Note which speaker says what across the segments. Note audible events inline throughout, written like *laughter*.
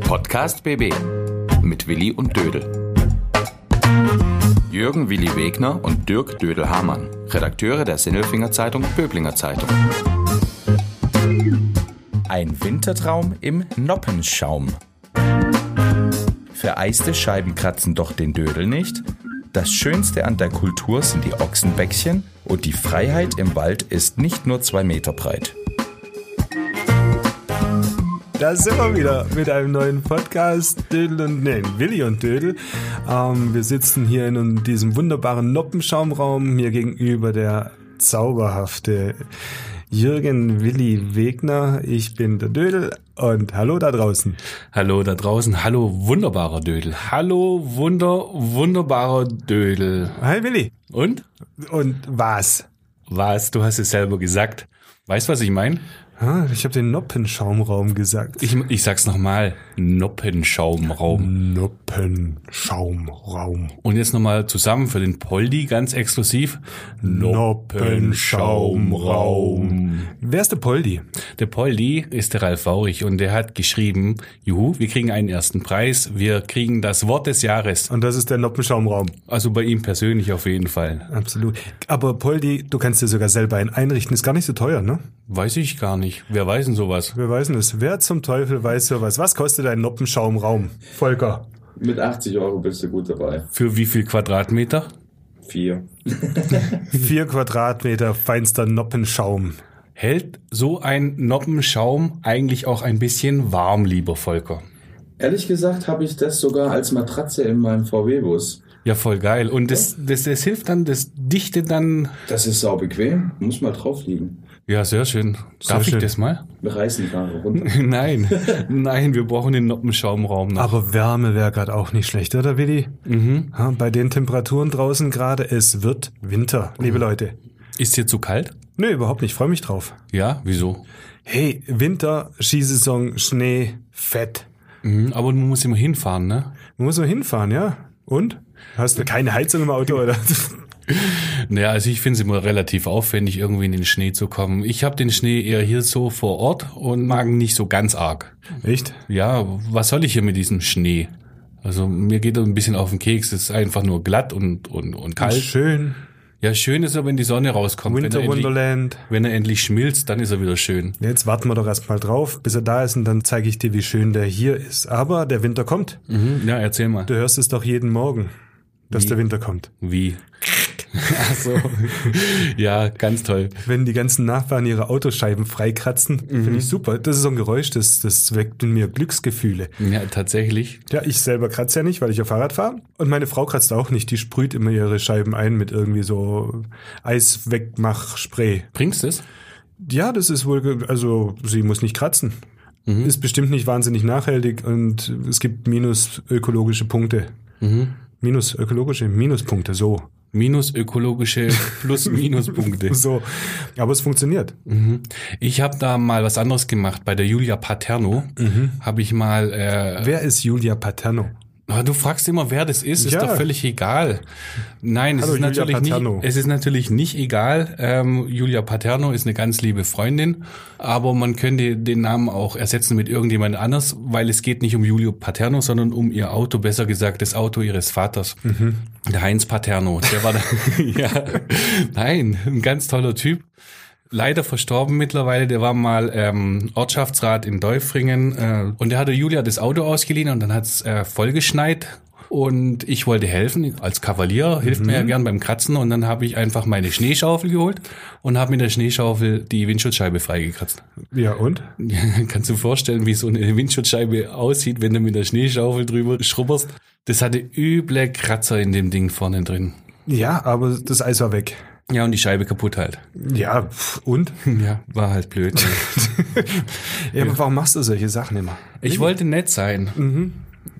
Speaker 1: Podcast BB mit Willi und Dödel. Jürgen Willi Wegner und Dirk Dödel Hamann, Redakteure der Sinnelfinger Zeitung Böblinger Zeitung.
Speaker 2: Ein Wintertraum im Noppenschaum. Vereiste Scheiben kratzen doch den Dödel nicht. Das Schönste an der Kultur sind die Ochsenbäckchen und die Freiheit im Wald ist nicht nur zwei Meter breit.
Speaker 3: Da sind wir wieder mit einem neuen Podcast. Dödel und, nein, Willi und Dödel. Ähm, wir sitzen hier in diesem wunderbaren Noppenschaumraum, mir gegenüber der zauberhafte Jürgen Willi Wegner. Ich bin der Dödel und hallo da draußen.
Speaker 4: Hallo da draußen, hallo wunderbarer Dödel. Hallo wunder, wunderbarer Dödel.
Speaker 3: Hi Willi.
Speaker 4: Und?
Speaker 3: Und was?
Speaker 4: Was? Du hast es selber gesagt. Weißt du, was ich meine?
Speaker 3: Ah, Ich habe den Noppenschaumraum gesagt.
Speaker 4: Ich, ich sag's nochmal. Noppenschaumraum.
Speaker 3: Noppenschaumraum.
Speaker 4: Und jetzt nochmal zusammen für den Poldi ganz exklusiv.
Speaker 3: Wer ist der Poldi?
Speaker 4: Der Poldi ist der Ralf Aurich und der hat geschrieben, juhu, wir kriegen einen ersten Preis, wir kriegen das Wort des Jahres.
Speaker 3: Und das ist der Noppenschaumraum.
Speaker 4: Also bei ihm persönlich auf jeden Fall.
Speaker 3: Absolut. Aber Poldi, du kannst dir sogar selber einen einrichten. Ist gar nicht so teuer, ne?
Speaker 4: Weiß ich gar nicht. Wer weiß denn sowas?
Speaker 3: Wir wissen es. Wer zum Teufel weiß sowas? Was kostet ein Noppenschaumraum? Volker.
Speaker 5: Mit 80 Euro bist du gut dabei.
Speaker 4: Für wie viel Quadratmeter?
Speaker 5: Vier.
Speaker 3: Vier *laughs* Quadratmeter feinster Noppenschaum.
Speaker 4: Hält so ein Noppenschaum eigentlich auch ein bisschen warm, lieber Volker?
Speaker 5: Ehrlich gesagt habe ich das sogar als Matratze in meinem VW-Bus.
Speaker 4: Ja, voll geil. Und das, das, das hilft dann, das dichtet dann.
Speaker 5: Das ist sau bequem. Muss mal drauf liegen.
Speaker 4: Ja, sehr schön. Darf
Speaker 3: schön.
Speaker 4: ich das mal?
Speaker 5: Wir reißen die Haare runter.
Speaker 4: *laughs* Nein, nein, wir brauchen den Noppenschaumraum noch.
Speaker 3: Aber Wärme wäre gerade auch nicht schlecht, oder Willi? Mhm. Ja, bei den Temperaturen draußen gerade, es wird Winter, liebe Leute.
Speaker 4: Ist hier zu kalt?
Speaker 3: Nö, überhaupt nicht. Freue mich drauf.
Speaker 4: Ja, wieso?
Speaker 3: Hey, Winter, Skisaison, Schnee, Fett.
Speaker 4: Mhm, aber man muss immer hinfahren, ne?
Speaker 3: Man muss nur hinfahren, ja? Und? Hast du keine Heizung im *laughs* Auto, oder?
Speaker 4: Naja, also ich finde es immer relativ aufwendig, irgendwie in den Schnee zu kommen. Ich habe den Schnee eher hier so vor Ort und mag ihn nicht so ganz arg.
Speaker 3: Echt?
Speaker 4: Ja, was soll ich hier mit diesem Schnee? Also mir geht er ein bisschen auf den Keks. Es ist einfach nur glatt und, und, und kalt.
Speaker 3: Schön.
Speaker 4: Ja, schön ist er, wenn die Sonne rauskommt.
Speaker 3: Winter
Speaker 4: wenn, er endlich,
Speaker 3: Wonderland.
Speaker 4: wenn er endlich schmilzt, dann ist er wieder schön.
Speaker 3: Jetzt warten wir doch erstmal drauf, bis er da ist und dann zeige ich dir, wie schön der hier ist. Aber der Winter kommt.
Speaker 4: Mhm. Ja, erzähl mal.
Speaker 3: Du hörst es doch jeden Morgen, dass der Winter kommt.
Speaker 4: Wie? *laughs* Ach so. *laughs* ja, ganz toll.
Speaker 3: Wenn die ganzen Nachbarn ihre Autoscheiben freikratzen, finde ich super. Das ist so ein Geräusch, das, das weckt in mir Glücksgefühle.
Speaker 4: Ja, tatsächlich.
Speaker 3: Ja, ich selber kratze ja nicht, weil ich ja Fahrrad fahre. Und meine Frau kratzt auch nicht. Die sprüht immer ihre Scheiben ein mit irgendwie so Eiswegmach-Spray.
Speaker 4: Bringst du es?
Speaker 3: Ja, das ist wohl, ge- also sie muss nicht kratzen. Ist bestimmt nicht wahnsinnig nachhaltig und es gibt minus ökologische Punkte. Mhm. Minus ökologische Minuspunkte, so.
Speaker 4: Minus ökologische *laughs* Plus-Minus-Punkte.
Speaker 3: So. Aber es funktioniert.
Speaker 4: Ich habe da mal was anderes gemacht. Bei der Julia Paterno habe ich mal äh,
Speaker 3: Wer ist Julia Paterno?
Speaker 4: Ah, Du fragst immer, wer das ist, ist
Speaker 3: Ja.
Speaker 4: doch völlig egal. Nein,
Speaker 3: Hallo,
Speaker 4: es, ist
Speaker 3: Julia
Speaker 4: natürlich
Speaker 3: Paterno.
Speaker 4: nicht, es ist natürlich nicht egal. Ähm, Julia Paterno ist eine ganz liebe Freundin, aber man könnte den Namen auch ersetzen mit irgendjemand anders, weil es geht nicht um Julio Paterno, sondern um ihr Auto, besser gesagt das Auto ihres Vaters.
Speaker 3: Mhm.
Speaker 4: Der Heinz Paterno, der war da, *laughs* ja, nein, ein ganz toller Typ. Leider verstorben mittlerweile, der war mal ähm, Ortschaftsrat in Däufringen äh, und der hatte Julia das Auto ausgeliehen und dann hat's äh, vollgeschneit und ich wollte helfen, als Kavalier hilft mir ja gern beim Kratzen und dann habe ich einfach meine Schneeschaufel geholt und habe mit der Schneeschaufel die Windschutzscheibe freigekratzt. *laughs*
Speaker 3: Ja, und?
Speaker 4: Kannst du vorstellen, wie so eine Windschutzscheibe aussieht, wenn du mit der Schneeschaufel drüber schrubberst? Das hatte üble Kratzer in dem Ding vorne drin.
Speaker 3: Ja, aber das Eis war weg.
Speaker 4: Ja, und die Scheibe kaputt halt.
Speaker 3: Ja, pf, und?
Speaker 4: Ja, war halt blöd.
Speaker 3: Ja, aber warum machst du solche Sachen immer? Mhm.
Speaker 4: Ich wollte nett sein.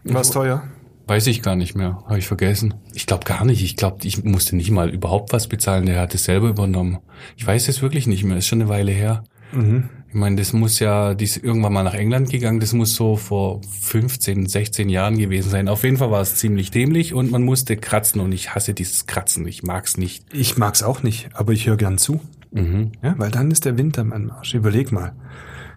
Speaker 3: War's teuer?
Speaker 4: Weiß ich gar nicht mehr. Habe ich vergessen. Ich glaube gar nicht. Ich glaube, ich musste nicht mal überhaupt was bezahlen. Der hat es selber übernommen. Ich weiß es wirklich nicht mehr. Ist schon eine Weile her.
Speaker 3: Mhm.
Speaker 4: Ich meine, das muss ja, die ist irgendwann mal nach England gegangen. Das muss so vor 15, 16 Jahren gewesen sein. Auf jeden Fall war es ziemlich dämlich und man musste kratzen. Und ich hasse dieses Kratzen. Ich mag's nicht.
Speaker 3: Ich mag's auch nicht, aber ich höre gern zu. Ja, weil dann ist der Winter im Anmarsch. Überleg mal.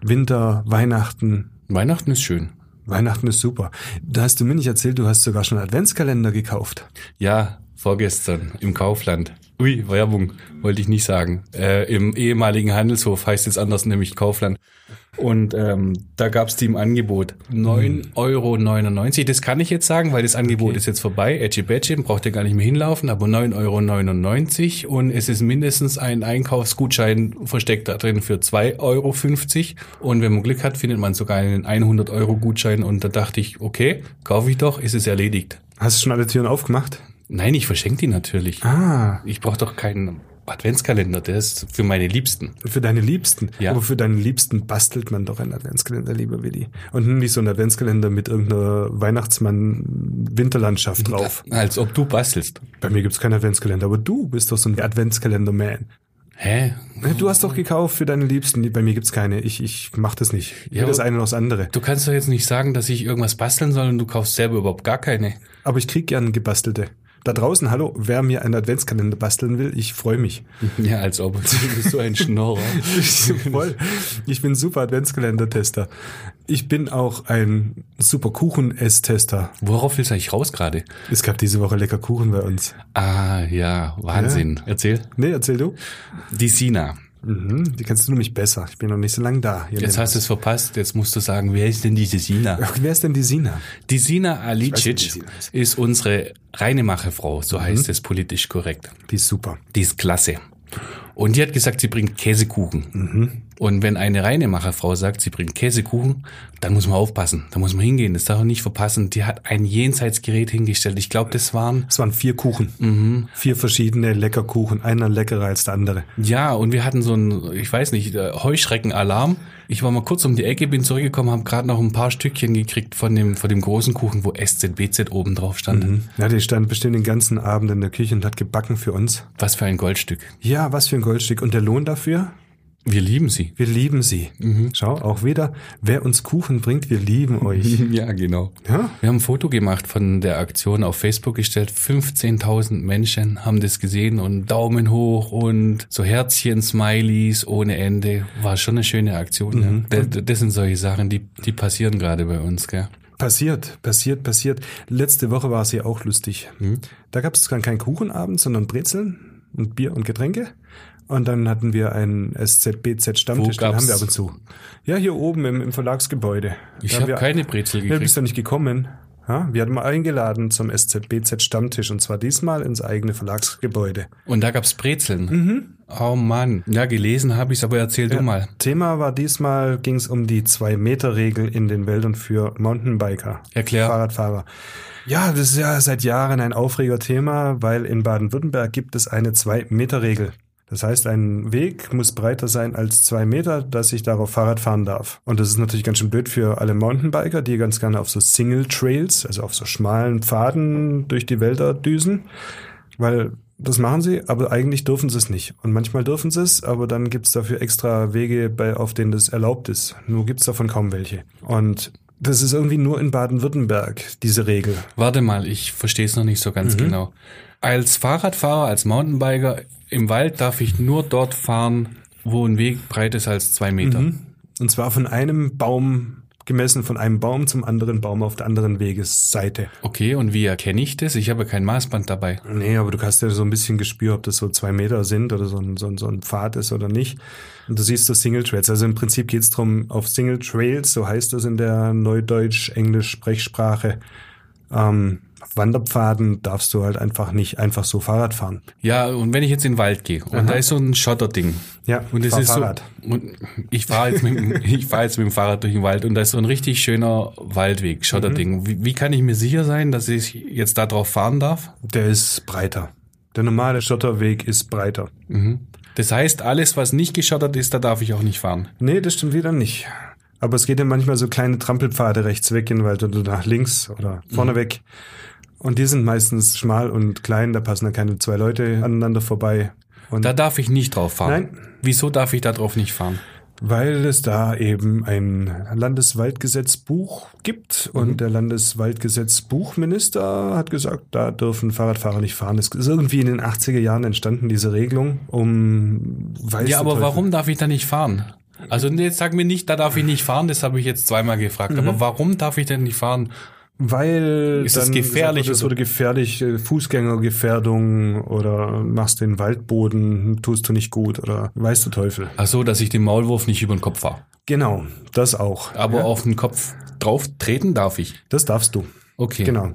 Speaker 3: Winter, Weihnachten,
Speaker 4: Weihnachten ist schön.
Speaker 3: Weihnachten ist super. Da hast du mir nicht erzählt, du hast sogar schon Adventskalender gekauft.
Speaker 4: Ja, vorgestern im Kaufland. Ui, Werbung, wollte ich nicht sagen. Äh, Im ehemaligen Handelshof heißt jetzt anders, nämlich Kaufland. Und ähm, da gab's die im Angebot. 9,99 Euro. Das kann ich jetzt sagen, weil das Angebot ist jetzt vorbei. Edgy Badge, braucht ihr gar nicht mehr hinlaufen, aber 9,99 Euro. Und es ist mindestens ein Einkaufsgutschein versteckt da drin für 2,50 Euro. Und wenn man Glück hat, findet man sogar einen 100 Euro Gutschein. Und da dachte ich, okay, kaufe ich doch, ist es erledigt.
Speaker 3: Hast du schon alle Türen aufgemacht?
Speaker 4: Nein, ich verschenke die natürlich.
Speaker 3: Ah,
Speaker 4: Ich brauche doch keinen Adventskalender, der ist für meine Liebsten.
Speaker 3: für deine Liebsten.
Speaker 4: Ja.
Speaker 3: Aber für deine Liebsten bastelt man doch einen Adventskalender, lieber Willi. Und nicht so einen Adventskalender mit irgendeiner Weihnachtsmann-Winterlandschaft drauf.
Speaker 4: Als ob du bastelst.
Speaker 3: Bei mir gibt's keinen Adventskalender, aber du bist doch so ein Adventskalender-Man.
Speaker 4: Hä?
Speaker 3: Du hast doch gekauft für deine Liebsten. Bei mir gibt's keine. Ich, ich mach das nicht.
Speaker 4: Ja,
Speaker 3: Jedes
Speaker 4: aber-
Speaker 3: eine noch das andere.
Speaker 4: Du kannst doch jetzt nicht sagen, dass ich irgendwas basteln soll und du kaufst selber überhaupt gar keine.
Speaker 3: Aber ich krieg gern gebastelte. Da draußen, hallo, wer mir einen Adventskalender basteln will, ich freue mich.
Speaker 4: Ja, als ob. Du bist so ein Schnorrer.
Speaker 3: *laughs* Voll. Ich bin super Adventskalender-Tester. Ich bin auch ein super Kuchen-Ess-Tester.
Speaker 4: *laughs* Worauf willst du eigentlich raus gerade?
Speaker 3: Es gab diese Woche lecker Kuchen bei uns.
Speaker 4: Ah, ja, Wahnsinn. Erzähl.
Speaker 3: Nee, erzähl du.
Speaker 4: Die Sina.
Speaker 3: Mhm, die kennst du nämlich besser. Ich bin noch nicht so lange da. Hier
Speaker 4: Jetzt
Speaker 3: nebenan.
Speaker 4: hast du es verpasst. Jetzt musst du sagen, wer ist denn diese Sina?
Speaker 3: Ach, Wer ist denn die Sina?
Speaker 4: Die
Speaker 3: Ich
Speaker 4: Sina
Speaker 3: weiß nicht, wie
Speaker 4: Alicic
Speaker 3: Sina heißt.
Speaker 4: ist unsere Reinemache-Frau. So heißt es politisch korrekt.
Speaker 3: Die ist super.
Speaker 4: die ist klasse. Und die hat gesagt, sie bringt Käsekuchen. Und wenn eine Reinemacherfrau sagt, sie bringt Käsekuchen, dann muss man aufpassen. Da muss man hingehen. Das darf man nicht verpassen. Die hat ein Jenseitsgerät hingestellt. Ich glaube, das waren.
Speaker 3: Es waren vier Kuchen.
Speaker 4: Mhm.
Speaker 3: Vier verschiedene lecker Kuchen. Einer leckerer als der andere.
Speaker 4: Ja, und wir hatten so einen, ich weiß nicht, äh, Heuschreckenalarm. Ich war mal kurz um die Ecke, bin zurückgekommen, habe gerade noch ein paar Stückchen gekriegt von dem, von dem großen Kuchen, wo SZBZ oben drauf stand.
Speaker 3: Ja, Mhm. die stand bestimmt den ganzen Abend in der Küche und hat gebacken für uns.
Speaker 4: Was für ein Goldstück.
Speaker 3: Ja, was für ein Goldstück. Und der Lohn dafür?
Speaker 4: Wir lieben sie.
Speaker 3: Wir lieben sie.
Speaker 4: Mhm.
Speaker 3: Schau, auch wieder, wer uns Kuchen bringt, wir lieben
Speaker 4: *laughs*
Speaker 3: euch.
Speaker 4: *laughs* Ja, genau.
Speaker 3: ja?
Speaker 4: Wir haben ein Foto gemacht von der Aktion auf Facebook gestellt. 15.000 Menschen haben das gesehen und Daumen hoch und so Herzchen, Smileys ohne Ende. War schon eine schöne Aktion.
Speaker 3: Mhm.
Speaker 4: Ja. Das, das sind solche Sachen, die, die passieren gerade bei uns. Gell?
Speaker 3: Passiert, passiert, passiert. Letzte Woche war es ja auch lustig.
Speaker 4: Hm?
Speaker 3: Da gab es dann keinen Kuchenabend, sondern Brezeln und Bier und Getränke. Und dann hatten wir einen SZBZ-Stammtisch,
Speaker 4: Wo
Speaker 3: den haben wir
Speaker 4: gab's-
Speaker 3: ab und zu. Ja, hier oben im, im Verlagsgebäude.
Speaker 4: Ich
Speaker 3: Da
Speaker 4: habe
Speaker 3: wir-
Speaker 4: keine Brezel
Speaker 3: Ja, du bist
Speaker 4: gekriegt.
Speaker 3: ja nicht gekommen. Ja, wir hatten mal eingeladen zum SZBZ-Stammtisch und zwar diesmal ins eigene Verlagsgebäude.
Speaker 4: Und da gab's Brezeln.
Speaker 3: Mhm.
Speaker 4: Oh Mann. Ja, gelesen habe ich's, aber erzähl du mal.
Speaker 3: Thema war diesmal, ging es um die Zwei-Meter-Regel in den Wäldern für Mountainbiker.
Speaker 4: Erklär.
Speaker 3: Fahrradfahrer. Ja, das ist ja seit Jahren ein aufreger Thema, weil in Baden-Württemberg gibt es eine Zwei-Meter-Regel. Das heißt, ein Weg muss breiter sein als zwei Meter, dass ich darauf Fahrrad fahren darf. Und das ist natürlich ganz schön blöd für alle Mountainbiker, die ganz gerne auf so Single Trails, also auf so schmalen Pfaden durch die Wälder düsen. Weil das machen sie, aber eigentlich dürfen sie es nicht. Und manchmal dürfen sie es, aber dann gibt es dafür extra Wege, bei, auf denen das erlaubt ist. Nur gibt es davon kaum welche. Und das ist irgendwie nur in Baden-Württemberg, diese Regel.
Speaker 4: Warte mal, ich verstehe es noch nicht so
Speaker 3: Mhm.
Speaker 4: ganz genau. Als Fahrradfahrer, als Mountainbiker im Wald darf ich nur dort fahren, wo ein Weg breit ist als zwei Meter.
Speaker 3: Mhm. Und zwar von einem Baum, gemessen von einem Baum zum anderen Baum auf der anderen Wegesseite.
Speaker 4: Okay, und wie erkenne ich das? Ich habe kein Maßband dabei.
Speaker 3: Nee, aber du hast ja so ein bisschen Gespür, ob das so zwei Meter sind oder so ein, so ein, so ein Pfad ist oder nicht. Und du siehst so Single Trails. Also im Prinzip geht's drum auf Single Trails, so heißt das in der Neudeutsch-Englisch-Sprechsprache. Ähm, auf Wanderpfaden darfst du halt einfach nicht einfach so Fahrrad fahren.
Speaker 4: Ja, und wenn ich jetzt in den Wald gehe und da ist so ein Schotterding.
Speaker 3: Ja,
Speaker 4: und es
Speaker 3: fahr
Speaker 4: ist
Speaker 3: Fahrrad.
Speaker 4: so und ich fahre jetzt mit
Speaker 3: *laughs*
Speaker 4: dem- ich fahre jetzt mit dem Fahrrad durch den Wald und da ist so ein richtig schöner Waldweg, Schotterding.
Speaker 3: Mhm.
Speaker 4: Wie, wie kann ich mir sicher sein, dass ich jetzt da drauf fahren darf?
Speaker 3: Der ist breiter. Der normale Schotterweg ist breiter.
Speaker 4: Das heißt, alles was nicht geschottert ist, da darf ich auch nicht fahren.
Speaker 3: Nee, das stimmt wieder nicht. Aber es geht ja manchmal so kleine Trampelpfade rechts weg in den Wald oder nach links oder
Speaker 4: Mhm.
Speaker 3: vorne weg. Und die sind meistens schmal und klein, da passen dann keine zwei Leute aneinander vorbei. Und
Speaker 4: Da darf ich nicht drauf fahren.
Speaker 3: Nein.
Speaker 4: Wieso darf ich da drauf nicht fahren?
Speaker 3: weil es da eben ein Landeswaldgesetzbuch gibt
Speaker 4: Mhm.
Speaker 3: und der Landeswaldgesetzbuchminister hat gesagt, da dürfen Fahrradfahrer nicht fahren. Es ist irgendwie in den 80er Jahren entstanden, diese Regelung, um weiß
Speaker 4: Ja,
Speaker 3: der
Speaker 4: aber
Speaker 3: Teufel.
Speaker 4: warum darf ich da nicht fahren? Also jetzt sag mir nicht, da darf ich nicht fahren, das habe ich jetzt zweimal
Speaker 3: Mhm.
Speaker 4: gefragt. Aber warum darf ich denn nicht fahren?
Speaker 3: Weil
Speaker 4: Ist es gefährlich
Speaker 3: Es
Speaker 4: oder-
Speaker 3: wurde gefährlich, äh, Fußgängergefährdung oder machst den Waldboden, tust du nicht gut oder weißt du Teufel.
Speaker 4: Ach so, dass ich den Maulwurf nicht über den Kopf fahre.
Speaker 3: Genau, das auch.
Speaker 4: Aber auf den Kopf drauf treten darf ich.
Speaker 3: Das darfst du.
Speaker 4: Okay.
Speaker 3: Genau.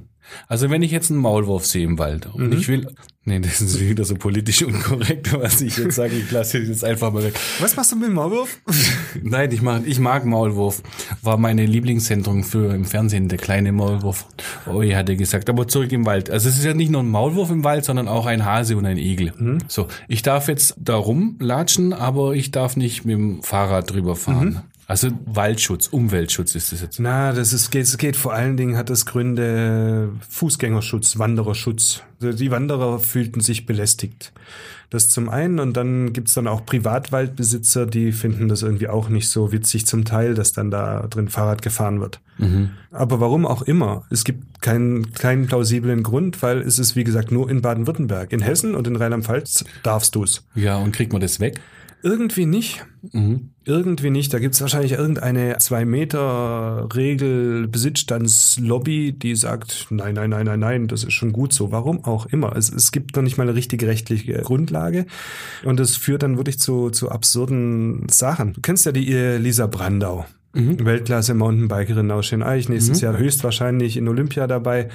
Speaker 4: Also wenn ich jetzt einen Maulwurf sehe im Wald und ich will. Nee, *laughs* das ist wieder so politisch unkorrekt, was ich jetzt sage. Ich lasse das jetzt einfach mal weg.
Speaker 3: Was machst du mit dem Maulwurf?
Speaker 4: Nein, ich, mach, ich mag Maulwurf. War meine Lieblingssendung früher im Fernsehen, der kleine Maulwurf. Oh, ich hatte gesagt, aber zurück im Wald. Also es ist ja nicht nur ein Maulwurf im Wald, sondern auch ein Hase und ein Igel.
Speaker 3: Mhm.
Speaker 4: So, ich darf jetzt da rumlatschen, aber ich darf nicht mit dem Fahrrad drüber fahren.
Speaker 3: Mhm.
Speaker 4: Also Waldschutz, Umweltschutz ist das jetzt.
Speaker 3: Na, das ist, geht, es geht vor allen Dingen, hat das Gründe Fußgängerschutz, Wandererschutz. Also Die Wanderer fühlten sich belästigt. Das zum einen und dann gibt's dann auch Privatwaldbesitzer, die finden das irgendwie auch nicht so witzig zum Teil, dass dann da drin Fahrrad gefahren wird. Aber warum auch immer, es gibt keinen, keinen plausiblen Grund, weil es ist, wie gesagt, nur in Baden-Württemberg. In Hessen und in Rheinland-Pfalz darfst du's.
Speaker 4: Ja, und kriegt man das weg?
Speaker 3: Irgendwie nicht. Mhm. Irgendwie nicht. Da gibt es wahrscheinlich irgendeine Zwei-Meter-Regel, Besitzstandslobby, die sagt, nein, nein, nein, nein, nein, das ist schon gut so. Warum auch immer. Es, es gibt noch nicht mal eine richtige rechtliche Grundlage. Und das führt dann wirklich zu, zu absurden Sachen. Du kennst ja die äh, Lisa Brandau. Weltklasse Mountainbikerin aus Schöneich, nächstes Jahr höchstwahrscheinlich in Olympia dabei.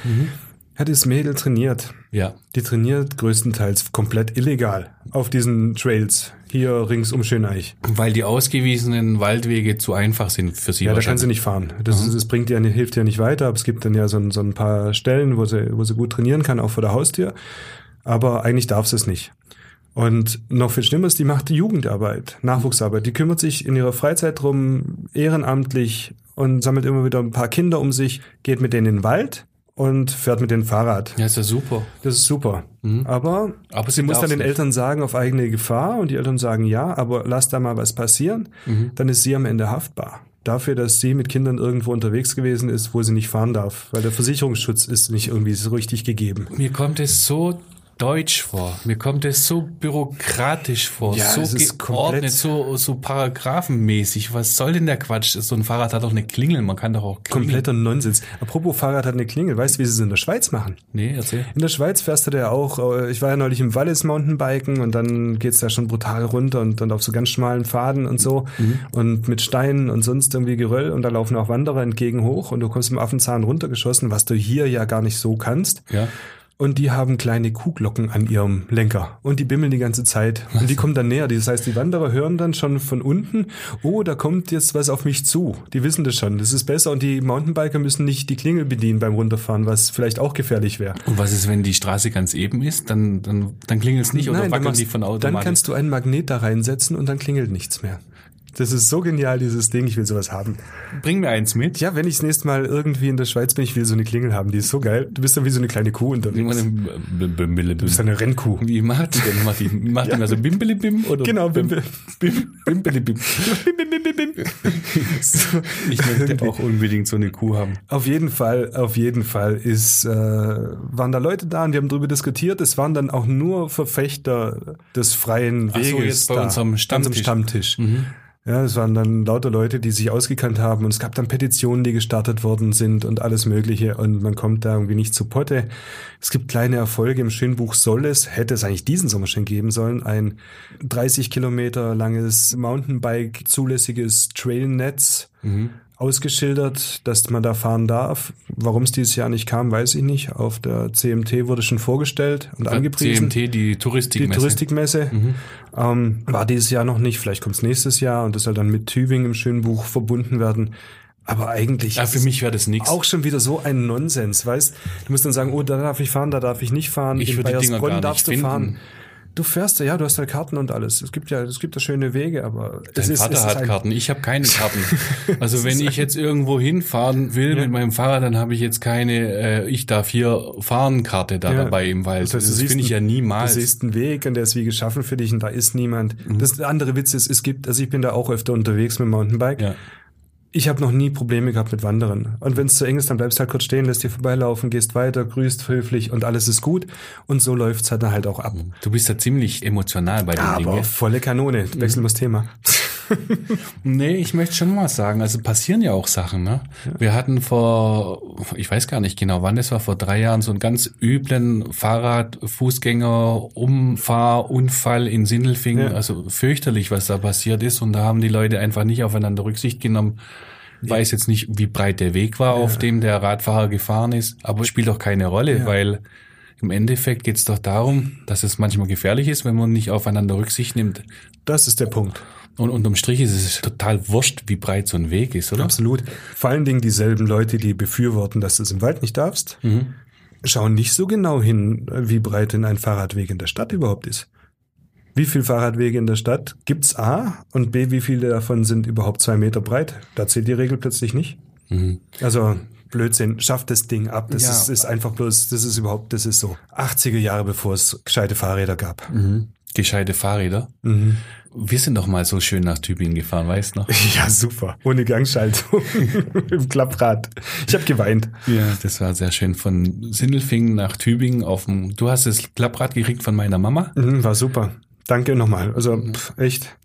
Speaker 3: Hat das Mädel trainiert.
Speaker 4: Ja.
Speaker 3: Die trainiert größtenteils komplett illegal auf diesen Trails hier rings um Schöneich.
Speaker 4: Weil die ausgewiesenen Waldwege zu einfach sind für sie.
Speaker 3: Ja, da kann
Speaker 4: wahrscheinlich.
Speaker 3: sie nicht fahren. Das, das bringt ihr, hilft ihr nicht weiter. Aber es gibt dann ja so, ein- so ein paar Stellen, wo sie, wo sie gut trainieren kann, auch vor der Haustür. Aber eigentlich darf sie es nicht. Und noch viel schlimmer ist, die macht Jugendarbeit, Nachwuchsarbeit. Die kümmert sich in ihrer Freizeit drum, ehrenamtlich und sammelt immer wieder ein paar Kinder um sich, geht mit denen in den Wald und fährt mit dem Fahrrad.
Speaker 4: Ja, ist ja super.
Speaker 3: Das ist super. Aber,
Speaker 4: Mhm. Aber
Speaker 3: sie
Speaker 4: sie
Speaker 3: muss dann
Speaker 4: darf's
Speaker 3: den
Speaker 4: nicht.
Speaker 3: Eltern sagen, auf eigene Gefahr. Und die Eltern sagen, ja, aber lass da mal was passieren.
Speaker 4: Mhm.
Speaker 3: Dann ist sie am Ende haftbar. Dafür, dass sie mit Kindern irgendwo unterwegs gewesen ist, wo sie nicht fahren darf. Weil der Versicherungsschutz ist nicht irgendwie so richtig gegeben.
Speaker 4: Mir kommt es so deutsch vor. Mir kommt es so bürokratisch vor.
Speaker 3: Ja,
Speaker 4: so
Speaker 3: es ist komplett-
Speaker 4: geordnet, so, so paragraphenmäßig. Was soll denn der Quatsch? So ein Fahrrad hat doch eine Klingel. Man kann doch auch klingeln.
Speaker 3: Kompletter Nonsens. Apropos Fahrrad hat eine Klingel. Weißt du, wie sie es in der Schweiz machen?
Speaker 4: Nee, erzähl.
Speaker 3: In der Schweiz fährst du da ja auch, äh, ich war ja neulich im Wallis Mountainbiken und dann geht's da schon brutal runter und dann auf so ganz schmalen Pfaden und so und mit Steinen und sonst irgendwie Geröll und da laufen auch Wanderer entgegen hoch und du kommst im Affenzahn runtergeschossen, was du hier ja gar nicht so kannst.
Speaker 4: Ja.
Speaker 3: Und die haben kleine Kuhglocken an ihrem Lenker. Und die bimmeln die ganze Zeit. Und die kommen dann näher. Das heißt, die Wanderer hören dann schon von unten, oh, da kommt jetzt was auf mich zu. Die wissen das schon. Das ist besser. Und die Mountainbiker müssen nicht die Klingel bedienen beim Runterfahren, was vielleicht auch gefährlich wäre.
Speaker 4: Und was ist, wenn die Straße ganz eben ist? Dann, dann, dann klingelt es nicht oder
Speaker 3: dann
Speaker 4: wackeln
Speaker 3: machst-
Speaker 4: die von automatisch.
Speaker 3: Dann kannst du einen Magnet da reinsetzen und dann klingelt nichts mehr. Das ist so genial, dieses Ding. Ich will sowas haben.
Speaker 4: Bring mir eins mit.
Speaker 3: Ja, wenn ich das nächste Mal irgendwie in der Schweiz bin, ich will so eine Klingel haben. Die ist so geil. Du bist dann wie so eine kleine Kuh unterwegs. Du bist
Speaker 4: Wie
Speaker 3: eine Rennkuh.
Speaker 4: macht die denn? Macht die, macht die mal so Bimbilibim? Oder
Speaker 3: Genau, Bimbel.
Speaker 4: Bim, Bimbilibim. *laughs* Ich
Speaker 3: *laughs*
Speaker 4: möchte auch unbedingt so eine Kuh haben.
Speaker 3: Auf jeden Fall, auf jeden Fall ist, äh, waren da Leute da und wir haben darüber diskutiert. Es waren dann auch nur Verfechter des freien
Speaker 4: Ach
Speaker 3: Weges
Speaker 4: so, jetzt bei
Speaker 3: da,
Speaker 4: unserem
Speaker 3: An so einem
Speaker 4: Stammtisch. Mhm.
Speaker 3: Stammtisch. Ja, es waren dann lauter Leute, die sich ausgekannt haben und es gab dann Petitionen, die gestartet worden sind und alles Mögliche und man kommt da irgendwie nicht zu Potte. Es gibt kleine Erfolge im Schönbuch soll es, hätte es eigentlich diesen Sommer schon geben sollen, ein 30 Kilometer langes Mountainbike zulässiges Trailnetz
Speaker 4: Mhm.
Speaker 3: ausgeschildert, dass man da fahren darf. Warum es dieses Jahr nicht kam, weiß ich nicht. Auf der CMT wurde schon vorgestellt und angepriesen.
Speaker 4: CMT, die Touristikmesse.
Speaker 3: Die Touristikmesse
Speaker 4: Mhm.
Speaker 3: ähm, war dieses Jahr noch nicht. Vielleicht kommt es nächstes Jahr und das soll dann mit Tübingen im schönen Buch verbunden werden. Aber eigentlich
Speaker 4: Ja, für mich wäre das nichts.
Speaker 3: auch schon wieder so ein Nonsens, weißt? Du musst dann sagen, oh, da darf ich fahren, da darf ich nicht fahren.
Speaker 4: Ich
Speaker 3: In
Speaker 4: würde die Dinger
Speaker 3: Baiersbronn
Speaker 4: gar nicht
Speaker 3: darfst du
Speaker 4: finden.
Speaker 3: fahren. Du fährst ja, ja, du hast ja Karten und alles. Es gibt ja, es gibt ja schöne Wege, aber
Speaker 4: Dein
Speaker 3: es ist,
Speaker 4: Vater
Speaker 3: es ist
Speaker 4: hat
Speaker 3: ein-
Speaker 4: Karten, ich habe keine
Speaker 3: *laughs*
Speaker 4: Karten. Also wenn ich jetzt irgendwo hinfahren will mit meinem Fahrrad, dann habe ich jetzt keine äh, Ich darf hier fahren Karte da
Speaker 3: Ja.
Speaker 4: dabei im Wald.
Speaker 3: Das, heißt,
Speaker 4: Das,
Speaker 3: du siehst
Speaker 4: finde ich ja
Speaker 3: einen-
Speaker 4: niemals. Mhm.
Speaker 3: Du siehst einen Weg und der ist wie geschaffen für dich und da ist niemand. Das andere Witz ist, es gibt, also ich bin da auch öfter unterwegs mit dem Mountainbike.
Speaker 4: ja.
Speaker 3: Ich habe noch nie Probleme gehabt mit Wandern. Und wenn es zu eng ist, dann bleibst du halt kurz stehen, lässt dir vorbeilaufen, gehst weiter, grüßt höflich und alles ist gut. Und so läuft's
Speaker 4: Mhm.
Speaker 3: halt dann halt auch ab.
Speaker 4: Du bist ja ziemlich emotional bei den
Speaker 3: Aber
Speaker 4: Dingen. Mhm. *laughs*
Speaker 3: volle Kanone. Wechseln wir das Thema.
Speaker 4: Nee, ich möchte schon mal was sagen. Also passieren ja auch Sachen, ne? Wir hatten vor, ich weiß gar nicht genau wann, das war vor drei Jahren, so einen ganz üblen Fahrrad-, Fußgänger-, Umfahrunfall in Sindelfingen.
Speaker 3: Ja.
Speaker 4: Also fürchterlich, was da passiert ist. Und da haben die Leute einfach nicht aufeinander Rücksicht genommen. Weiß jetzt nicht, wie breit der Weg war, auf dem der Radfahrer gefahren ist, aber spielt doch keine Rolle, weil im Endeffekt geht's doch darum, dass es manchmal gefährlich ist, wenn man nicht aufeinander Rücksicht nimmt.
Speaker 3: Das ist der Punkt.
Speaker 4: Und unterm Strich ist es total wurscht, wie breit so ein Weg ist, oder?
Speaker 3: Absolut. Vor allen Dingen dieselben Leute, die befürworten, dass du es im Wald nicht darfst,
Speaker 4: Mhm.
Speaker 3: schauen nicht so genau hin, wie breit denn ein Fahrradweg in der Stadt überhaupt ist. Wie viel Fahrradwege in der Stadt gibt's A und B, wie viele davon sind überhaupt zwei Meter breit? Da zählt die Regel plötzlich nicht.
Speaker 4: Mhm.
Speaker 3: Also Blödsinn, schafft das Ding ab. Das
Speaker 4: Ja.
Speaker 3: ist, ist einfach bloß, das ist überhaupt, das ist so 80er Jahre, bevor es gescheite Fahrräder gab.
Speaker 4: Gescheite Fahrräder.
Speaker 3: Mhm.
Speaker 4: Wir sind doch mal so schön nach Tübingen gefahren, weißt du noch?
Speaker 3: *laughs* Ja, super. Ohne Gangschaltung. *laughs* Im Klapprad. Ich habe geweint.
Speaker 4: Ja, das war sehr schön. Von Sindelfingen nach Tübingen auf dem, du hast das Klapprad gekriegt von meiner Mama
Speaker 3: Mhm, war super. Danke nochmal. Also pf, echt.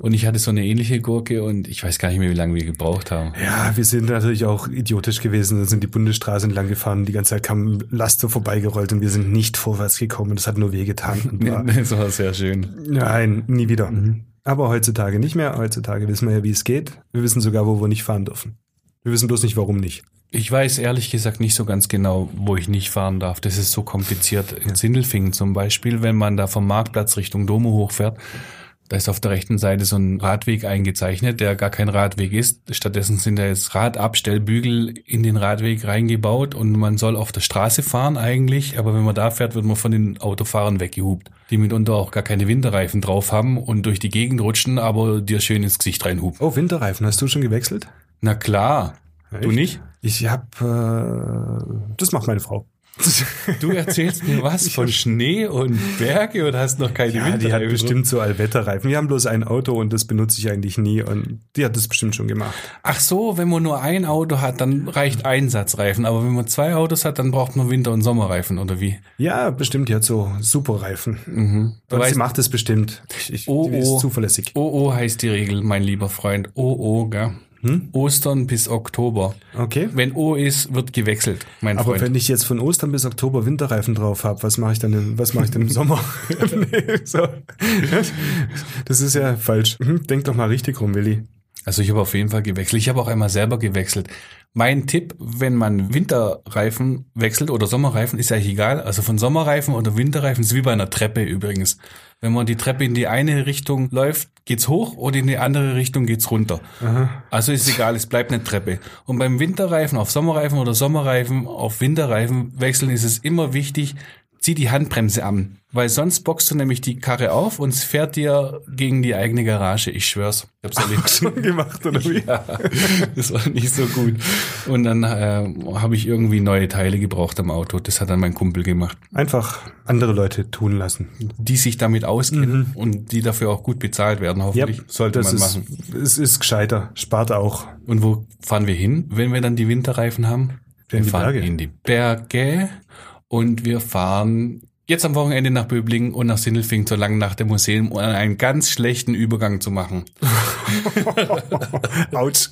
Speaker 4: und ich hatte so eine ähnliche Gurke und ich weiß gar nicht mehr, wie lange wir gebraucht haben.
Speaker 3: Ja, wir sind natürlich auch idiotisch gewesen und sind die Bundesstraße entlang gefahren. Die ganze Zeit kamen Laster vorbeigerollt und wir sind nicht vorwärts gekommen. Das hat nur wehgetan. Und war,
Speaker 4: *laughs* Das war sehr schön.
Speaker 3: nein, nie wieder.
Speaker 4: Mhm.
Speaker 3: Aber heutzutage nicht mehr. Heutzutage wissen wir ja, wie es geht. Wir wissen sogar, wo wir nicht fahren dürfen. Wir wissen bloß nicht, warum nicht.
Speaker 4: Ich weiß ehrlich gesagt nicht so ganz genau, wo ich nicht fahren darf. Das ist so kompliziert. In Sindelfingen zum Beispiel, wenn man da vom Marktplatz Richtung Domo hochfährt, da ist auf der rechten Seite so ein Radweg eingezeichnet, der gar kein Radweg ist. Stattdessen sind da jetzt Radabstellbügel in den Radweg reingebaut und man soll auf der Straße fahren eigentlich, aber wenn man da fährt, wird man von den Autofahrern weggehupt, die mitunter auch gar keine Winterreifen drauf haben und durch die Gegend rutschen, aber dir schön ins Gesicht reinhupen.
Speaker 3: Oh, Winterreifen, hast du schon gewechselt?
Speaker 4: Na klar. Du
Speaker 3: Echt?
Speaker 4: nicht?
Speaker 3: Ich hab, äh, das macht meine Frau.
Speaker 4: Du erzählst mir was von Schnee und Berge und hast noch keine
Speaker 3: Ja, die hat bestimmt so Allwetterreifen. Wir haben bloß ein Auto und das benutze ich eigentlich nie und die hat das bestimmt schon gemacht.
Speaker 4: Ach so, wenn man nur ein Auto hat, dann reicht Einsatzreifen. Aber wenn man zwei Autos hat, dann braucht man Winter- und Sommerreifen, oder wie?
Speaker 3: Ja, bestimmt, die hat so super Reifen.
Speaker 4: Mhm. Du
Speaker 3: Und sie
Speaker 4: weißt,
Speaker 3: macht es bestimmt. Ich, ich,
Speaker 4: Oh,
Speaker 3: die ist
Speaker 4: oh.
Speaker 3: zuverlässig.
Speaker 4: OO heißt die Regel, mein lieber Freund. OO, gell?
Speaker 3: Hm?
Speaker 4: Ostern bis Oktober.
Speaker 3: Okay.
Speaker 4: Wenn O ist, wird gewechselt, mein
Speaker 3: Aber
Speaker 4: Freund.
Speaker 3: wenn ich jetzt von Ostern bis Oktober Winterreifen drauf habe, was mache ich dann im, was mache ich denn im
Speaker 4: *laughs*
Speaker 3: Sommer? nee, so. Das ist ja falsch. Mhm, Denk doch mal richtig rum, Willi.
Speaker 4: Also ich habe auf jeden Fall gewechselt. Ich habe auch einmal selber gewechselt. Mein Tipp, wenn man Winterreifen wechselt oder Sommerreifen, ist eigentlich egal. Also von Sommerreifen oder Winterreifen ist wie bei einer Treppe übrigens. Wenn man die Treppe in die eine Richtung läuft, geht's hoch und in die andere Richtung geht's runter. Also ist egal, es bleibt eine Treppe. Und beim Winterreifen auf Sommerreifen oder Sommerreifen auf Winterreifen wechseln ist es immer wichtig, zieh die Handbremse an. Weil sonst bockst du nämlich die Karre auf und es fährt dir gegen die eigene Garage. Ich schwör's. Ich hab's erlebt.
Speaker 3: Schon gemacht, oder wie?
Speaker 4: Ja, das war nicht so gut. Und dann äh, habe ich irgendwie neue Teile gebraucht am Auto. Das hat dann mein Kumpel gemacht,
Speaker 3: Einfach andere Leute tun lassen.
Speaker 4: die sich damit auskennen und die dafür auch gut bezahlt werden, hoffentlich. sollte
Speaker 3: Mhm. das
Speaker 4: man
Speaker 3: ist,
Speaker 4: machen.
Speaker 3: Es ist gescheiter. Spart
Speaker 4: *laughs*
Speaker 3: auch.
Speaker 4: Und wo fahren wir hin, wenn wir dann die Winterreifen haben?
Speaker 3: In
Speaker 4: wir
Speaker 3: die
Speaker 4: fahren
Speaker 3: Berge.
Speaker 4: in die Berge und wir fahren jetzt am Wochenende nach Böblingen und nach Sindelfingen zur langen Nacht im Museum, um einen ganz schlechten Übergang zu machen.
Speaker 3: Autsch.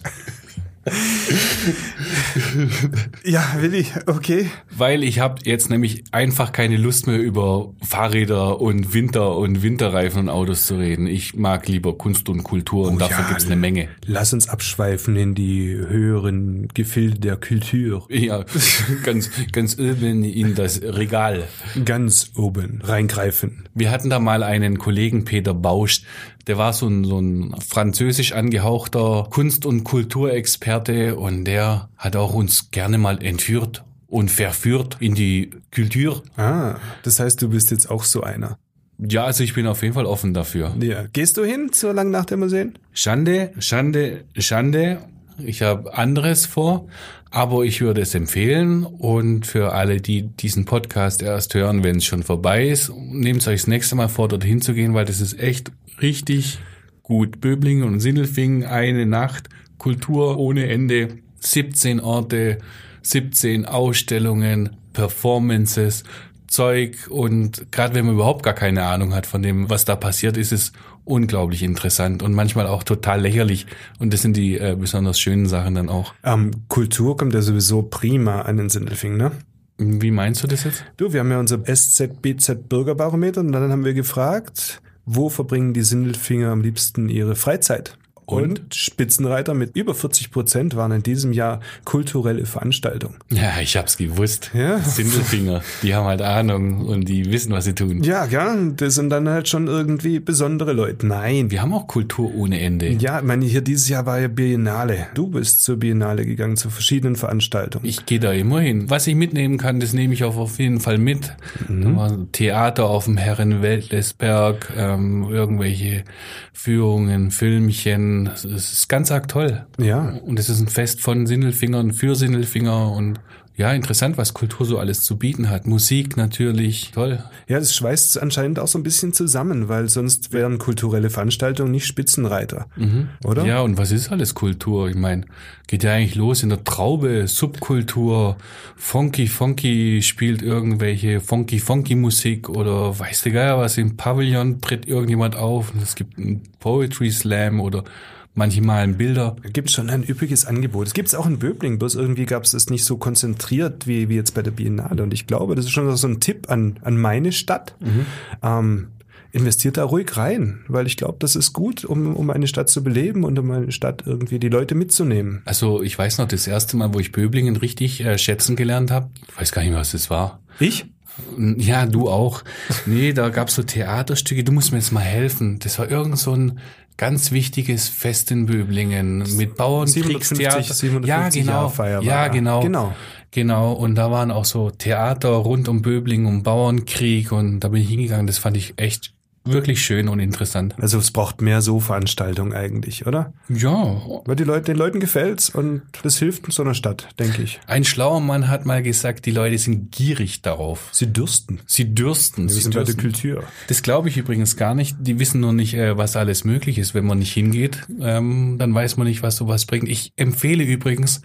Speaker 3: ja, Willi, okay.
Speaker 4: Weil ich habe jetzt nämlich einfach keine Lust mehr über Fahrräder und Winter und Winterreifen und Autos zu reden. Ich mag lieber Kunst und Kultur und
Speaker 3: Oh
Speaker 4: dafür
Speaker 3: ja.
Speaker 4: gibt's eine Menge.
Speaker 3: Lass uns abschweifen in die höheren Gefilde der Kultur. *laughs*
Speaker 4: Ja, ganz, ganz oben in das Regal.
Speaker 3: Ganz oben reingreifen.
Speaker 4: Wir hatten da mal einen Kollegen, Peter Bausch, der war so ein, so ein französisch angehauchter Kunst- und Kulturexperte und der hat auch uns gerne mal entführt und verführt in die Kultur.
Speaker 3: Ah, das heißt, du bist jetzt auch so einer.
Speaker 4: Ja, also ich bin auf jeden Fall offen dafür.
Speaker 3: Ja. Gehst du hin zur Langen Nacht der Museen?
Speaker 4: Schande, Schande, Schande. Ich habe anderes vor, aber ich würde es empfehlen. Und für alle, die diesen Podcast erst hören, wenn es schon vorbei ist, nehmt euch das nächste Mal vor, dorthin zu gehen, weil das ist echt richtig gut. Böblingen und Sindelfingen, eine Nacht, Kultur ohne Ende, 17 Orte, 17 Ausstellungen, Performances, Zeug und gerade wenn man überhaupt gar keine Ahnung hat von dem, was da passiert, ist es unglaublich interessant und manchmal auch total lächerlich. Und das sind die äh, besonders schönen Sachen dann auch.
Speaker 3: Ähm, Kultur kommt ja sowieso prima an den Sindelfingen, ne?
Speaker 4: Hm, Wie meinst du das jetzt?
Speaker 3: Du, wir haben ja unser SZBZ Bürgerbarometer und dann haben wir gefragt, wo verbringen die Sindelfinger am liebsten ihre Freizeit?
Speaker 4: Und?
Speaker 3: Spitzenreiter mit über 40 Prozent waren in diesem Jahr kulturelle Veranstaltungen.
Speaker 4: Ja, ich hab's gewusst.
Speaker 3: Ja.
Speaker 4: Sindelfinger, die haben halt Ahnung und die wissen, was sie tun.
Speaker 3: Ja, gell, das sind dann halt schon irgendwie besondere Leute. Nein,
Speaker 4: Wir haben auch Kultur ohne Ende.
Speaker 3: ja, ich meine, hier dieses Jahr war ja Biennale. Du bist zur Biennale gegangen, zu verschiedenen Veranstaltungen.
Speaker 4: Ich gehe da immer hin. Was ich mitnehmen kann, das nehme ich auch auf jeden Fall mit. Da war Theater auf dem Herrenweltlesberg, ähm, irgendwelche Führungen, Filmchen. Es ist ganz arg toll.
Speaker 3: ja.
Speaker 4: Und es ist ein Fest von Sindelfingern für Sindelfinger und ja, interessant, was Kultur so alles zu bieten hat. Musik natürlich, toll.
Speaker 3: Ja, das schweißt anscheinend auch so ein bisschen zusammen, weil sonst wären kulturelle Veranstaltungen nicht Spitzenreiter. Oder?
Speaker 4: Mhm. Ja, und was ist alles Kultur? Ich meine, geht ja eigentlich los in der Traube, Subkultur, Funky Funky spielt irgendwelche Funky Funky Musik oder weiß der Geier was, im Pavillon tritt irgendjemand auf und es gibt einen Poetry Slam oder manche malen Bilder.
Speaker 3: Da gibt's schon ein üppiges Angebot. Es gibt's auch in Böbling, bloß irgendwie gab's es nicht so konzentriert wie, wie jetzt bei der Biennale. Und ich glaube, das ist schon so ein Tipp an, an meine Stadt.
Speaker 4: Mhm.
Speaker 3: Ähm, investiert da ruhig rein, weil ich glaube, das ist gut, um, um eine Stadt zu beleben und um eine Stadt irgendwie die Leute mitzunehmen.
Speaker 4: Also ich weiß noch, das erste Mal, wo ich Böblingen richtig äh, schätzen gelernt habe, ich weiß gar nicht mehr, was das war.
Speaker 3: Ich?
Speaker 4: Ja, du auch. Nee, da gab's so Theaterstücke. Du musst mir jetzt mal helfen. Das war irgend so ein ganz wichtiges Fest in Böblingen mit Bauern,
Speaker 3: 750,
Speaker 4: Kriegstheater.
Speaker 3: 750
Speaker 4: ja, genau.
Speaker 3: Jahr Feier war
Speaker 4: ja,
Speaker 3: da.
Speaker 4: genau.
Speaker 3: Genau.
Speaker 4: Genau. Und da waren auch so Theater rund um Böblingen, um Bauernkrieg. Und da bin ich hingegangen. Das fand ich echt wirklich schön und interessant.
Speaker 3: Also es braucht mehr so Veranstaltungen eigentlich, oder?
Speaker 4: Ja.
Speaker 3: Weil die Leute, den Leuten gefällt's und das hilft so einer Stadt, denke ich.
Speaker 4: Ein schlauer Mann hat mal gesagt, die Leute sind gierig darauf.
Speaker 3: Sie dürsten.
Speaker 4: Sie dürsten.
Speaker 3: Wir
Speaker 4: Sie
Speaker 3: sind bei der
Speaker 4: dürsten.
Speaker 3: Kultur.
Speaker 4: Das glaube ich übrigens gar nicht. Die wissen nur nicht, äh, was alles möglich ist. Wenn man nicht hingeht, ähm, dann weiß man nicht, was sowas bringt. Ich empfehle übrigens,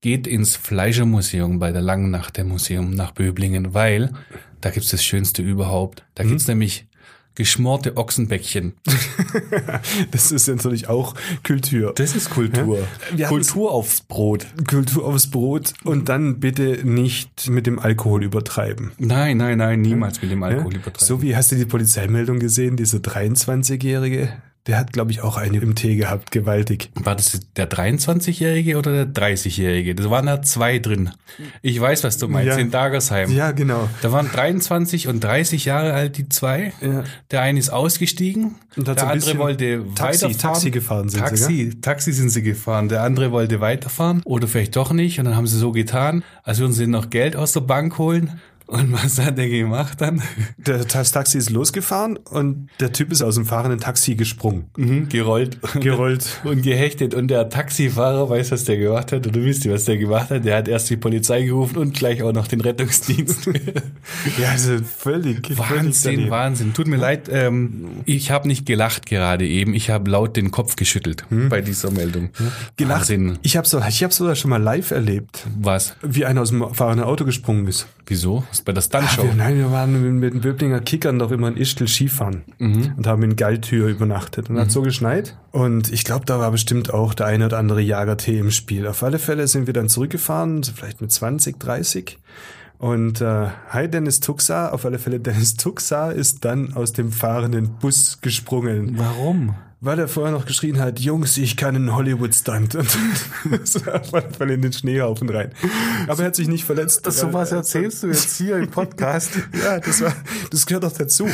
Speaker 4: geht ins Fleischermuseum bei der Langen Nacht der Museum nach Böblingen, weil da gibt's das Schönste überhaupt. Da gibt's nämlich geschmorte Ochsenbäckchen.
Speaker 3: Das ist natürlich auch Kultur.
Speaker 4: Das ist Kultur.
Speaker 3: Wir hatten-
Speaker 4: Kultur aufs Brot.
Speaker 3: Kultur aufs Brot und dann bitte nicht mit dem Alkohol übertreiben.
Speaker 4: Nein, nein, nein, niemals mit dem
Speaker 3: ne?
Speaker 4: Alkohol übertreiben.
Speaker 3: So wie hast du die Polizeimeldung gesehen, dieser 23-Jährige, der hat glaube ich auch eine im Tee gehabt, gewaltig.
Speaker 4: War das der 23-Jährige oder der 30-Jährige? Da waren da zwei drin. Ich weiß, was du meinst,
Speaker 3: Ja.
Speaker 4: in Dagersheim.
Speaker 3: Ja, genau.
Speaker 4: Da waren 23 und 30 Jahre alt die zwei.
Speaker 3: Ja.
Speaker 4: Der eine ist ausgestiegen,
Speaker 3: Und hat
Speaker 4: der
Speaker 3: so ein
Speaker 4: andere
Speaker 3: bisschen
Speaker 4: wollte
Speaker 3: Taxi-
Speaker 4: weiterfahren.
Speaker 3: Taxi gefahren sind sie,
Speaker 4: Taxi, Taxi sind sie gefahren. Der andere wollte weiterfahren oder vielleicht doch nicht. Und dann haben sie so getan, als würden sie noch Geld aus der Bank holen. Und was hat der gemacht dann?
Speaker 3: Der, das Taxi ist losgefahren und der Typ ist aus dem fahrenden Taxi gesprungen.
Speaker 4: Mhm, *laughs* gerollt.
Speaker 3: Gerollt.
Speaker 4: Und gehechtet. Und der Taxifahrer weiß, was der gemacht hat. Und du wisst, was der gemacht hat. Der hat erst die Polizei gerufen und gleich auch noch
Speaker 3: *laughs*
Speaker 4: den Rettungsdienst.
Speaker 3: *laughs* Ja, also völlig. völlig
Speaker 4: Wahnsinn,
Speaker 3: daneben.
Speaker 4: Wahnsinn. Tut mir leid, ähm, ich habe nicht gelacht gerade eben. Ich habe laut den Kopf geschüttelt bei dieser Meldung.
Speaker 3: Gelacht.
Speaker 4: Wahnsinn.
Speaker 3: Ich habe so, ich habe sogar schon mal live erlebt,
Speaker 4: Was?
Speaker 3: wie einer aus dem fahrenden Auto gesprungen ist.
Speaker 4: Wieso? Ist bei der Stuntshow.
Speaker 3: Ah, Wir, nein, wir waren mit, mit den Böblinger Kickern doch immer in Ischgl Skifahren und haben in Galltür übernachtet. Und hat so geschneit. Und ich glaube, da war bestimmt auch der eine oder andere Jagertee im Spiel. Auf alle Fälle sind wir dann zurückgefahren, so vielleicht mit 20, 30. Und äh, hi Dennis Tuxa, auf alle Fälle Dennis Tuxa ist dann aus dem fahrenden Bus gesprungen,
Speaker 4: Warum?
Speaker 3: weil er vorher noch geschrien hat, Jungs, ich kann einen Hollywood-Stunt. Und *laughs* ist er auf alle Fälle in den Schneehaufen rein. Aber er hat sich nicht verletzt.
Speaker 4: erzählst du jetzt hier im Podcast?
Speaker 3: *laughs* Ja, das, war, das gehört auch dazu.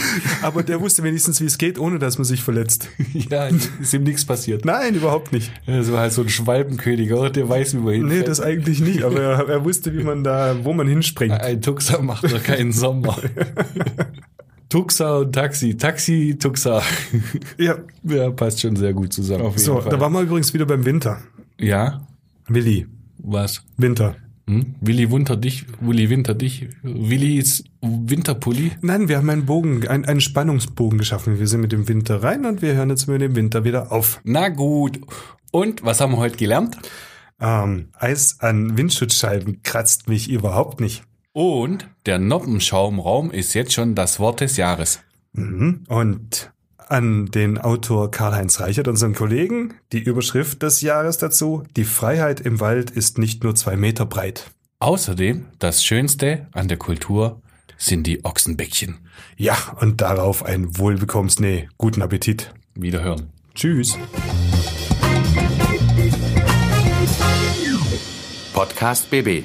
Speaker 3: Aber der wusste wenigstens, wie es geht, ohne dass man sich verletzt.
Speaker 4: *laughs* ja, ist ihm nichts passiert.
Speaker 3: Nein, überhaupt nicht.
Speaker 4: Das war halt so ein Schwalbenkönig, oder? Der weiß, wie man hinfällt.
Speaker 3: Nee, das eigentlich nicht. Aber er, er wusste, wie man da, wo man hinspringt.
Speaker 4: Ein Tuxer macht doch
Speaker 3: *laughs*
Speaker 4: keinen Sommer. Tuxer und Taxi. Taxi, Tuxer. *laughs*
Speaker 3: Ja.
Speaker 4: ja, passt schon sehr gut zusammen. Auf jeden
Speaker 3: So, da waren wir übrigens wieder beim Winter.
Speaker 4: ja,
Speaker 3: Willi,
Speaker 4: was?
Speaker 3: Winter.
Speaker 4: Hm? Willi Winter dich, Willi Winter dich, Willi ist Winterpulli.
Speaker 3: Nein, wir haben einen Bogen, einen, einen Spannungsbogen geschaffen. Wir sind mit dem Winter rein und wir hören jetzt mit dem Winter wieder auf.
Speaker 4: Na gut. Und was haben wir heute gelernt?
Speaker 3: Ähm, Eis an Windschutzscheiben kratzt mich überhaupt nicht.
Speaker 4: Und der Noppenschaumraum ist jetzt schon das Wort des Jahres.
Speaker 3: Mhm. Und an den Autor Karl-Heinz Reichert, unseren Kollegen, die Überschrift des Jahres dazu. Die Freiheit im Wald ist nicht nur zwei Meter breit.
Speaker 4: Außerdem, das Schönste an der Kultur sind die Ochsenbäckchen.
Speaker 3: Ja, und darauf ein wohlbekommens, nee, guten Appetit.
Speaker 4: Wiederhören.
Speaker 3: Tschüss.
Speaker 1: Podcast BB.